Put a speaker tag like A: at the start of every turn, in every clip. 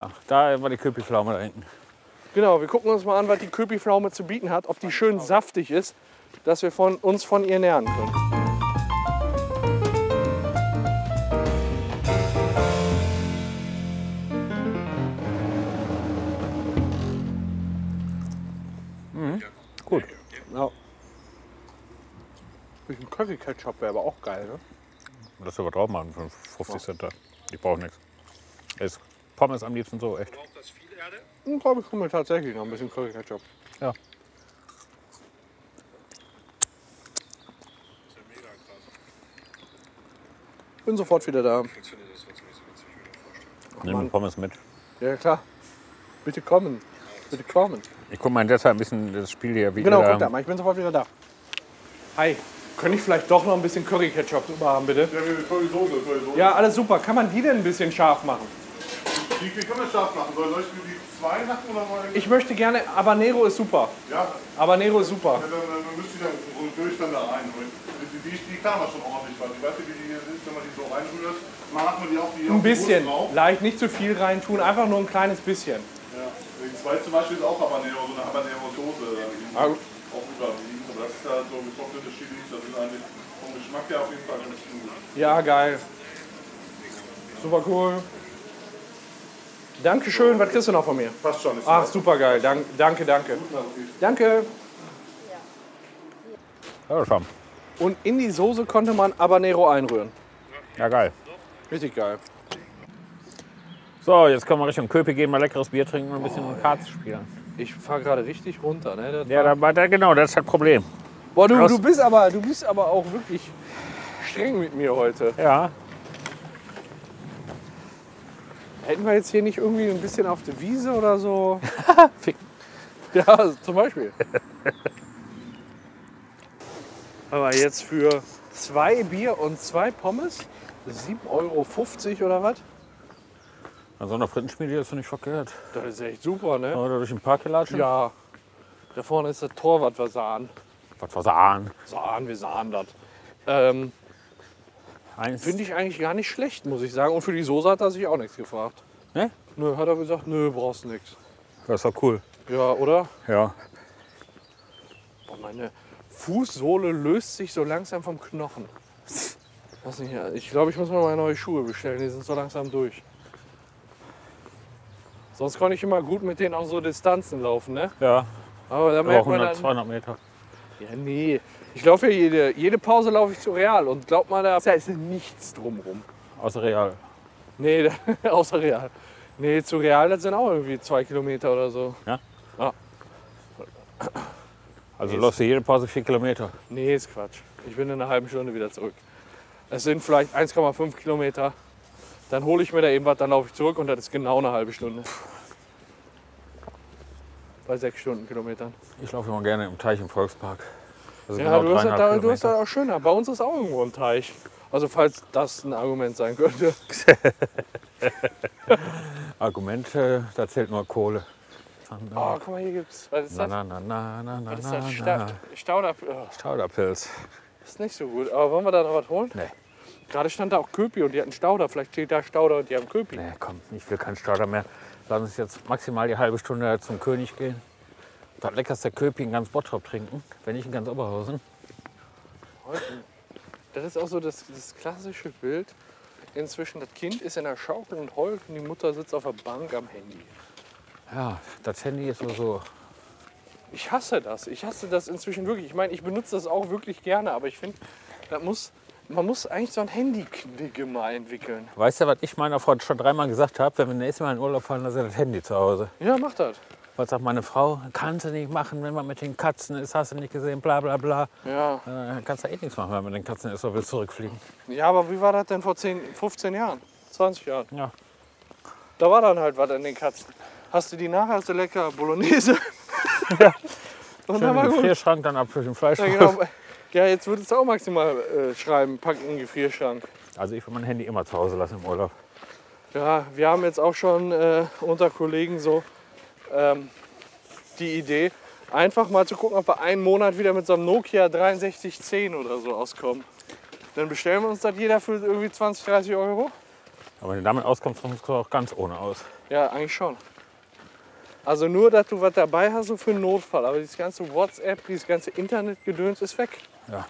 A: Ach, da war die Köpi-Pflaume da hinten.
B: Genau, wir gucken uns mal an, was die Köpi-Pflaume zu bieten hat, ob die schön saftig ist, dass wir von, uns von ihr nähern können.
A: Gut.
B: Ja. Ein Curry-Ketchup wäre aber auch geil, ne?
A: Lass aber drauf machen für 50 Cent. da. Ich brauche nichts. Ist Pommes am liebsten so, echt.
C: Braucht das viel Erde?
B: Ich glaube, Hm, ich komme tatsächlich noch ein bisschen Curry-Ketchup.
A: Ja.
C: Das ist ja mega krass.
B: Bin sofort wieder da.
C: Funktioniert das trotzdem nicht so witzig, wie du vorstellst.
A: Nimm
B: Mann.
A: die Pommes mit.
B: Ja, klar. Bitte kommen. Bitte kommen.
A: Ich guck mal deshalb ein bisschen das Spiel hier, wie
B: Genau,
A: ihr
B: guck
A: da,
B: da mal, ich bin sofort wieder da. Hi, könnte ich vielleicht doch noch ein bisschen Curry-Ketchup drüber haben, bitte?
D: Ja, wir voll die Soße, voll die Soße.
B: Ja, alles super. Kann man die denn ein bisschen scharf machen?
D: Die, die können wir scharf machen. Soll soll ich nur die zwei machen oder mal?
B: Ich möchte gerne, Habanero ist super.
D: Ja,
B: Habanero ist super.
D: dann, dann, dann müsst ihr dann so durch dann da reinholen. Die, die, die kann man schon ordentlich was. Ich weiß nicht, wie die hier sind, wenn man die so reinrührt. Macht man die auch die auf
B: Ein
D: die
B: bisschen,
D: Wurst drauf.
B: leicht nicht zu viel reintun, einfach nur ein kleines bisschen.
D: Ja. Die zwei zum Beispiel ist auch Habanero, so eine Habanero-Soße. äh,
B: Ah,
D: Auch
B: gut.
D: überwiegend. Aber das ist halt so getrocknete Chilis. Das ist eigentlich vom Geschmack her auf jeden Fall ganz gut.
B: Ja, geil. Super cool. Dankeschön, was kriegst du noch von mir?
D: Passt schon. Ist
B: Ach, super geil. Dank, danke, danke. Danke.
A: Ja, schon.
B: Und in die Soße konnte man Habanero einrühren.
A: Ja, geil.
B: Richtig geil.
A: So, jetzt können wir Richtung Köpi gehen, mal leckeres Bier trinken und ein bisschen Karts spielen.
B: Ich fahre gerade richtig runter. Ne? Das
A: Ja, da, war- da, genau, das ist das Problem.
B: Boah, du,
A: Krass.
B: du, bist aber, du bist aber auch wirklich streng mit mir heute.
A: Ja,
B: Hätten wir jetzt hier nicht irgendwie ein bisschen auf der Wiese oder so?
A: Fick.
B: ja, zum Beispiel. aber jetzt für zwei Bier und zwei Pommes 7,50 Euro oder was?
A: an so einer Also Frittenschmiede ist doch nicht verkehrt.
B: Das ist echt super, ne?
A: Oder durch den Park gelatschen?
B: Ja. Da vorne ist das Tor, was wir sahen.
A: Was versahen.
B: Sahen, wir sahen das. Ähm,
A: Eins.
B: Finde ich eigentlich gar nicht schlecht, muss ich sagen. Und für die Soße hat er sich auch nichts gefragt.
A: Ne?
B: Nö, hat er gesagt, nö, brauchst nix.
A: Das ist doch cool.
B: Ja, oder?
A: Ja.
B: Boah, meine Fußsohle löst sich so langsam vom Knochen. Weiß nicht, ich glaube, ich muss mir mal neue Schuhe bestellen. Die sind so langsam durch. Sonst konnte ich immer gut mit denen auch so Distanzen laufen, ne?
A: Ja,
B: Aber da
A: aber auch
B: merkt man
A: 100,
B: dann...
A: 200 Meter.
B: Ja, nee. Ich laufe ja jede, jede Pause laufe ich zu Real und glaubt mal, da ist nichts drumrum.
A: Außer Real.
B: Nee, da- außer Real. Nee, zu Real, das sind auch irgendwie zwei Kilometer oder so.
A: Also läufst du jede Pause 4 Kilometer.
B: Nee, ist Quatsch. Ich bin in einer halben Stunde wieder zurück. Es sind vielleicht 1,5 Kilometer. Dann hole ich mir da eben was, dann laufe ich zurück und das ist genau eine halbe Stunde. Bei sechs Stundenkilometern.
A: Ich laufe immer gerne im Teich im Volkspark. Das sind genau
B: Ja, du hast, das
A: dreieinhalb
B: da, du hast
A: Kilometer.
B: das auch schöner. Bei uns ist auch irgendwo ein Teich. Also falls das ein Argument sein könnte.
A: Argument, äh, da zählt nur Kohle.
B: Oh, guck mal, hier gibt's. Was ist
A: Na,
B: das?
A: na, na, na, na, na,
B: Was ist das?
A: na,
B: Sta
A: na.
B: Stauder. Oh,
A: Stauderpilz.
B: ist nicht so gut. Aber wollen wir da noch was holen?
A: Nee.
B: Gerade stand da auch Köpi und die hatten Stauder. Vielleicht steht da Stauder und die haben Köpi.
A: Nee, komm, ich will keinen Stauder mehr. Lass uns jetzt maximal die halbe Stunde zum König gehen. Das leckerste Köpi in ganz Bottrop trinken, wenn nicht in ganz Oberhausen.
B: Das ist auch so das, das klassische Bild. Inzwischen, das Kind ist in der Schaukel und heult und die Mutter sitzt auf der Bank am Handy.
A: Ja, das Handy ist so so.
B: Ich hasse das. Ich hasse das inzwischen wirklich. Ich meine, ich benutze das auch wirklich gerne, aber ich finde, da muss, man muss eigentlich so ein Handyknigge mal entwickeln.
A: Weißt du, was ich meiner Frau schon dreimal gesagt habe? Wenn wir nächstes Mal in Urlaub fahren, dann ist das Handy zu Hause.
B: Ja, mach das.
A: Was sagt meine Frau? Kannst du nicht machen, wenn man mit den Katzen ist, hast du nicht gesehen, bla bla bla.
B: Ja.
A: Äh, kannst du eh nichts machen, wenn man mit den Katzen ist, oder willst du zurückfliegen?
B: ja, aber wie war das denn vor 10, 15 Jahren? 20 Jahren?
A: Ja.
B: Da war dann halt was an den Katzen. Hast du die nachher, hast du lecker Bolognese. Ja. Und
A: Schön
B: dann
A: in
B: war
A: den
B: gut.
A: Gefrierschrank, dann ab für den Fleisch.
B: Ja, genau. ja, jetzt würdest du auch maximal äh, schreiben, pack in den Gefrierschrank.
A: Also ich will mein Handy immer zu Hause lassen im Urlaub.
B: Ja, wir haben jetzt auch schon äh, unter Kollegen so ähm, die Idee, einfach mal zu gucken, ob wir einen Monat wieder mit so einem Nokia 6310 oder so auskommen. Dann bestellen wir uns das jeder für irgendwie 20, 30 Euro.
A: Aber wenn du damit auskommst, kommst du auch ganz ohne aus.
B: Ja, eigentlich schon. Also nur, dass du was dabei hast, so für einen Notfall. Aber dieses ganze WhatsApp, dieses ganze Internetgedöns ist weg.
A: Ja.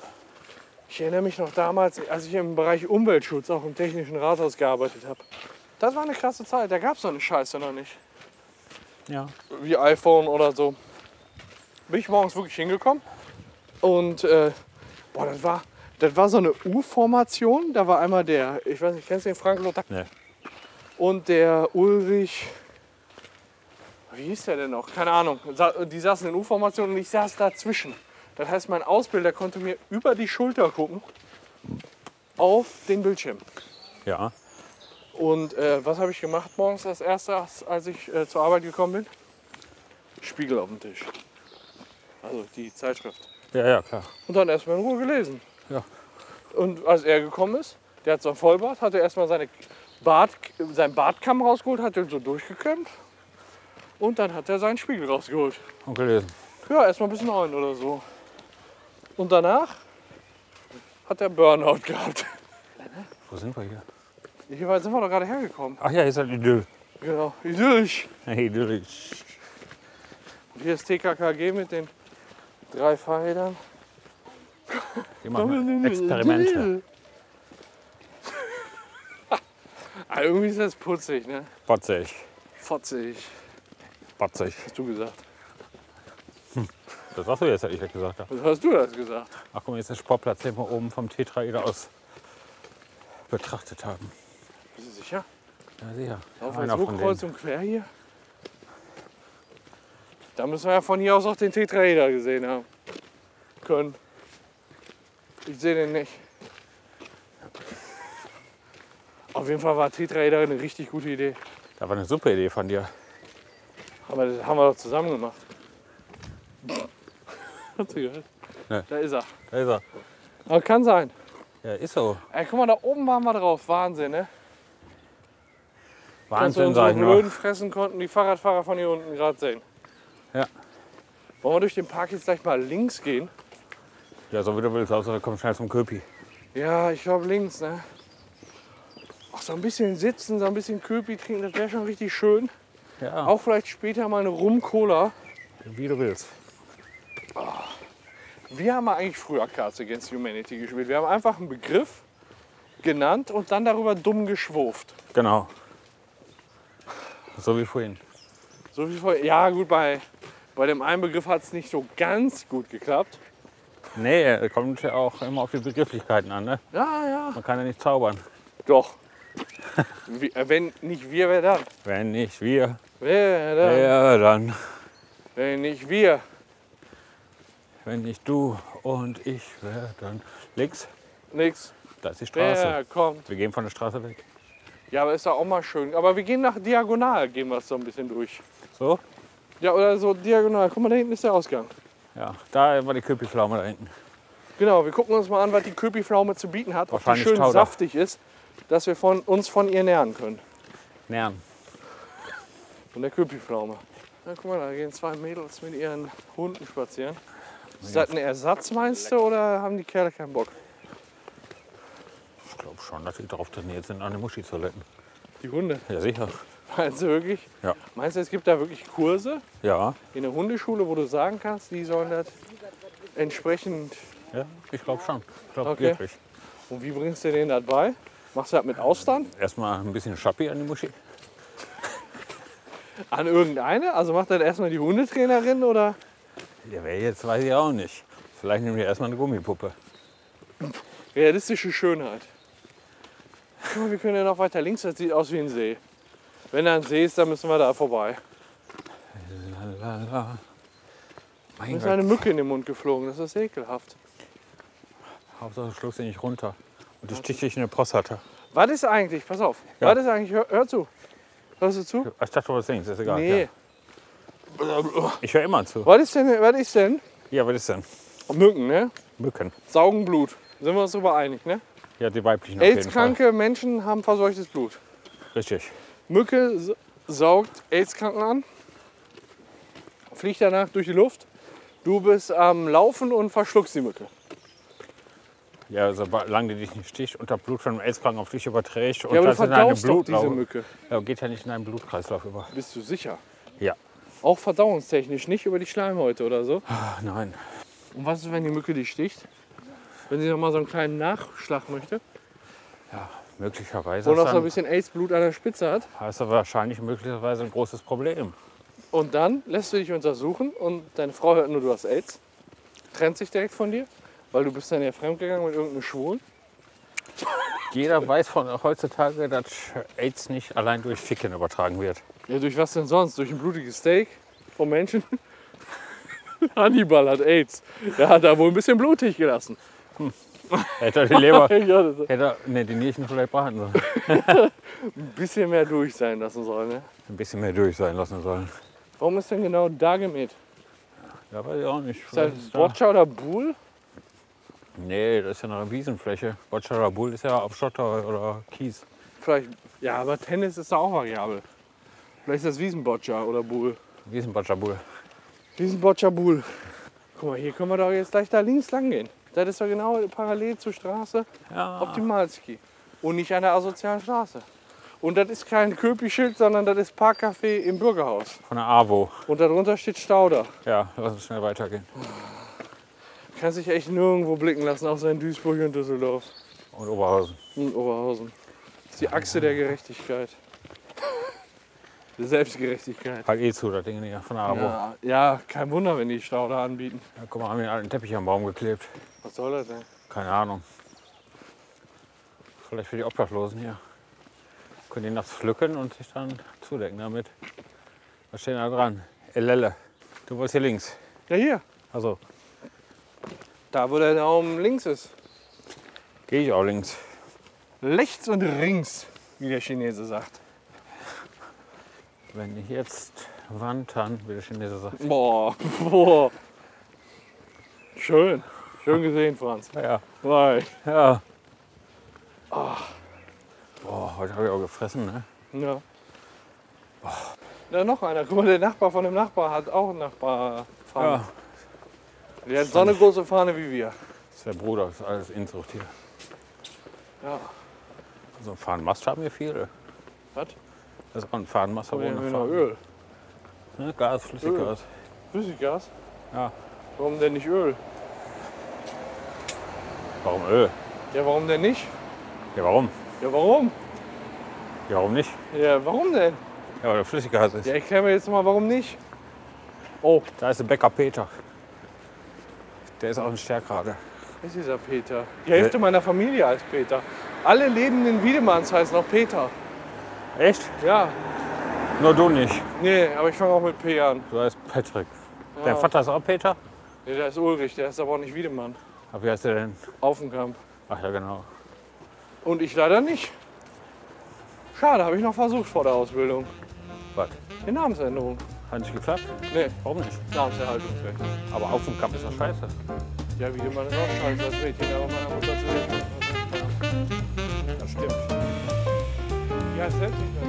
B: Ich erinnere mich noch damals, als ich im Bereich Umweltschutz auch im Technischen Rathaus gearbeitet habe. Das war eine krasse Zeit, da gab es so eine Scheiße noch nicht.
A: Ja.
B: Wie iPhone oder so. Bin ich morgens wirklich hingekommen und äh, boah, das war, das war so eine U-Formation. Da war einmal der, ich weiß nicht, kennst du den Frank Lotak?
A: Nee.
B: und der Ulrich. Wie hieß der denn noch? Keine Ahnung. Sa- Die saßen in U-Formation und ich saß dazwischen. Das heißt, mein Ausbilder konnte mir über die Schulter gucken auf den Bildschirm.
A: Ja.
B: Und äh, was habe ich gemacht morgens als erstes, als ich äh, zur Arbeit gekommen bin? Spiegel auf dem Tisch. Also die Zeitschrift.
A: Ja, ja, klar.
B: Und dann erstmal in Ruhe gelesen.
A: Ja.
B: Und als er gekommen ist, der hat so einen Vollbart, hat er erstmal seine Bart, seinen Bartkamm rausgeholt, hat den so durchgekämmt. Und dann hat er seinen Spiegel rausgeholt.
A: Und gelesen.
B: Ja, erstmal bis neun oder so. Und danach hat er Burnout gehabt.
A: Wo sind wir hier?
B: Hier weit sind wir doch gerade hergekommen.
A: Ach ja, hier ist ein Idyll.
B: Genau, idyllisch.
A: Hey, Idyll.
B: Und hier ist TKKG mit den drei Fahrrädern.
A: Die machen Experimente.
B: Ah, irgendwie ist das putzig, ne?
A: Patzig.
B: Fotzig,
A: Patzig.
B: hast du gesagt.
A: Das hast du jetzt, hätte ich ja gesagt.
B: Was hast du das gesagt?
A: Ach guck mal, jetzt ist der Sportplatz, den wir oben vom Tetraeder aus betrachtet haben.
B: Bist du sicher?
A: Ja, sicher.
B: Laufen
A: Einer
B: wir jetzt nur
A: von denen.
B: kreuz und quer hier? Da müssen wir ja von hier aus auch den Tetraeder gesehen haben. Können. Ich sehe den nicht. Auf jeden Fall war Tetraeder eine richtig gute Idee.
A: Da war eine super Idee von dir.
B: Aber das haben wir doch zusammen gemacht. Hast du gehört?
A: Nee.
B: Da ist er.
A: Da ist er.
B: Aber kann sein.
A: Ja, ist so.
B: Ey, guck mal, da oben waren wir drauf. Wahnsinn, ne? Dass wir
A: Wahnsinn
B: unsere
A: sein,
B: blöden
A: ne?
B: Fressen konnten die Fahrradfahrer von hier unten gerade sehen.
A: Ja.
B: Wollen wir durch den Park jetzt gleich mal links gehen?
A: Ja, so wie du willst, außer komm schnell zum Köpi.
B: Ja, ich glaube links, ne? Ach, so ein bisschen sitzen, so ein bisschen Köpi trinken, das wäre schon richtig schön.
A: Ja,
B: Auch vielleicht später mal eine Rum-Cola.
A: wie du willst.
B: Wir haben ja eigentlich früher Cards Against Humanity gespielt. Wir haben einfach einen Begriff genannt und dann darüber dumm geschwurft.
A: Genau. So wie vorhin.
B: So viel vor. Ja, gut, bei, bei dem einen Begriff hat es nicht so ganz gut geklappt.
A: Nee, kommt ja auch immer auf die Begrifflichkeiten an, ne?
B: Ja, ja.
A: Man kann ja nicht zaubern.
B: Doch. Wie, äh, wenn nicht wir, wer dann?
A: Wenn nicht wir,
B: Wer dann?
A: wer dann?
B: Wenn nicht wir.
A: Wenn nicht du und ich, wer dann? Links,
B: Nix.
A: da ist die Straße.
B: Wer kommt?
A: Wir gehen von der Straße weg.
B: Ja, aber ist ja auch mal schön. Aber wir gehen nach diagonal, gehen wir so ein bisschen durch.
A: So?
B: Ja, oder so diagonal. Guck mal, da hinten ist der Ausgang.
A: Ja, da war die Köpi-Pflaume da hinten.
B: Genau, wir gucken uns mal an, was die Köpi-Pflaume zu bieten hat. Ob die
A: Wahrscheinlich
B: schön
A: Tauder.
B: saftig ist, dass wir von, uns von ihr nähern können.
A: Nähern.
B: Von der Köpi-Pflaume. Na, guck mal, da gehen zwei Mädels mit ihren Hunden spazieren. Ist das ein Ersatz, meinst du, oder haben die Kerle keinen Bock?
A: Ich glaube schon, dass die drauf trainiert sind, an den Muschi zu lecken.
B: Die Hunde.
A: Ja, sicher.
B: Meinst du wirklich?
A: Ja.
B: Meinst du, es gibt da wirklich Kurse
A: Ja,
B: in der Hundeschule, wo du sagen kannst, die sollen das entsprechend
A: ja ich glaube schon. Ich glaube
B: Okay.
A: wirklich.
B: Und wie bringst du denen das bei? Machst du das mit Aufstand?
A: Erstmal ein bisschen Schappi an die Muschi.
B: An irgendeine? Also macht das erstmal die Hundetrainerin oder?
A: Ja, wer jetzt, weiß ich auch nicht. Vielleicht nehmen wir erstmal eine Gummipuppe.
B: Realistische Schönheit. Guck mal, wir können ja noch weiter links, das sieht aus wie ein See. Wenn da ein See ist, dann müssen wir da vorbei.
A: La, la, la. Mein
B: Mir ist
A: Gott,
B: eine Mücke in den Mund geflogen, das ist ekelhaft.
A: Hauptsache du schluckst ihn nicht runter. Und du stichst dich in eine Prostata.
B: Was ist eigentlich, pass auf,
A: Ja.
B: was ist eigentlich, hör, hör zu. Hörst du zu?
A: Ich dachte, du wolltest links, ist egal.
B: nee.
A: Ja. Ich höre immer zu.
B: Was ist denn, was ist denn?
A: Ja, was ist denn?
B: Mücken, ne?
A: Mücken.
B: Saugen Blut. Sind wir uns darüber einig, ne?
A: Ja, die weiblichen auf jeden Fall.
B: AIDS-kranke Menschen haben verseuchtes Blut.
A: Richtig.
B: Mücke s- saugt AIDS-Kranken an, fliegt danach durch die Luft. Du bist am Laufen und verschluckst die Mücke.
A: Ja, solange die dich nicht sticht und das Blut von dem Eisprang auf dich überträgt und
B: Ja, aber du
A: das in deine
B: verdaust doch diese
A: Blutlaube.
B: Mücke.
A: Ja, geht ja nicht in deinen Blutkreislauf über.
B: Bist du sicher?
A: Ja.
B: Auch verdauungstechnisch, nicht über die Schleimhäute oder so.
A: Ach, nein.
B: Und was ist, wenn die Mücke dich sticht? Wenn sie noch mal so einen kleinen Nachschlag möchte
A: Möglicherweise
B: und noch
A: hast
B: so ein
A: du,
B: bisschen AIDS-Blut an der Spitze hat.
A: dann, hast du wahrscheinlich möglicherweise ein großes Problem.
B: Und dann lässt du dich untersuchen und deine Frau hört nur, du hast AIDS. Trennt sich direkt von dir, weil du bist dann ja fremdgegangen mit irgendeinem Schwulen.
A: Jeder weiß von heutzutage, dass AIDS nicht allein durch Ficken übertragen wird.
B: Ja, durch was denn sonst? Durch ein blutiges Steak vom Menschen? Hannibal hat AIDS. Der hat da wohl ein bisschen blutig gelassen.
A: Hätte er die Leber,
B: Ja, das
A: hätte er, nee, die Nierchen vielleicht braten sollen.
B: ein bisschen mehr durch sein lassen soll. Ne?
A: Ein bisschen mehr durch sein lassen sollen.
B: Warum ist denn genau da gemäht?
A: Ja, weiß ich auch nicht.
B: Ist das Boccia oder Buhl?
A: Nee, das ist ja noch eine Wiesenfläche. Boccia Bull ist ja auf Schotter oder Kies.
B: Vielleicht. Ja, aber Tennis ist da auch variabel. Vielleicht ist das Wiesenboccia oder Buhl.
A: Wiesenboccia Bull.
B: Wiesenboccia Buhl. Guck mal, hier können wir doch jetzt gleich da links lang gehen. Das ist doch genau parallel zur Straße
A: Ja.
B: Optimalski. Und nicht an der asozialen Straße. Und das ist kein Köpi-Schild, sondern das ist Parkcafé im Bürgerhaus.
A: Von der AWO.
B: Und darunter steht Stauder.
A: Ja, lass uns schnell weitergehen.
B: Kannst dich echt nirgendwo blicken lassen, außer in Duisburg und Düsseldorf.
A: Und Oberhausen.
B: In Oberhausen. Das ist die Achse der Gerechtigkeit. Der Selbstgerechtigkeit.
A: Halt eh zu, das Ding hier von der AWO. Ja.
B: Ja, ja, kein Wunder, wenn die Stauder anbieten.
A: guck mal, haben wir einen alten Teppich am Baum geklebt.
B: Was soll das denn?
A: Keine Ahnung. Vielleicht für die Obdachlosen hier. Können die nachts pflücken und sich dann zudecken damit. Was steht da dran? Elelle. Du wolltest hier links.
B: Ja, hier.
A: Also,
B: Da, wo der Daumen links ist.
A: gehe ich auch links.
B: Rechts und rings, wie der Chinese sagt.
A: Wenn ich jetzt wandern, wie der Chinese sagt.
B: Boah, boah. Schön. Schön gesehen, Franz.
A: Ja,
B: Nein.
A: ja. Ah. Boah, heute habe ich auch gefressen, ne?
B: Ja. Da noch einer. Guck mal, der Nachbar von dem Nachbar hat auch einen Nachbarfahne.
A: Ja.
B: Der hat so eine große Fahne wie wir.
A: Das ist der Bruder, das ist alles Inzucht hier.
B: Ja.
A: So einen Fahnenmast haben wir viele.
B: Was?
A: Das ist auch ein Fahnenmast, aber
B: Haben wir
A: ohne
B: noch
A: Fahnen.
B: Öl?
A: Ne? Gas, Flüssiggas.
B: Flüssiggas?
A: Ja.
B: Warum denn nicht Öl?
A: Warum Öl?
B: Ja, warum denn nicht?
A: Ja, warum?
B: Ja, warum?
A: Ja, warum nicht?
B: Ja, warum denn?
A: Ja, weil der Flüssiggas ist.
B: Ja, erklär mir jetzt mal, warum nicht. Oh,
A: Da ist der Bäcker Peter. Der ist auch ein Stärkrade.
B: ist dieser Peter. Die Hälfte meiner Familie heißt Peter. Alle lebenden Wiedemanns heißen auch Peter.
A: Echt?
B: Ja,
A: Nur du nicht.
B: nee, aber ich fange auch mit P an.
A: Du heißt Patrick. Dein Vater ist auch Peter?
B: Nee, der ist Ulrich, der ist aber auch nicht Wiedemann.
A: Aber wie heißt der denn?
B: Aufenkamp.
A: Ach ja, genau.
B: Und ich leider nicht. Schade, habe ich noch versucht vor der Ausbildung.
A: Was?
B: Die Namensänderung.
A: Hat nicht geklappt?
B: Nee,
A: Warum nicht?
B: Namenserhaltungsrecht.
A: Aber auf dem Kampf ist das scheiße.
B: Ja, Wiedemann ist auch scheiße als Mädchen, aber meiner Mutter zu helfen. Das stimmt. Ja, selbst nicht mehr.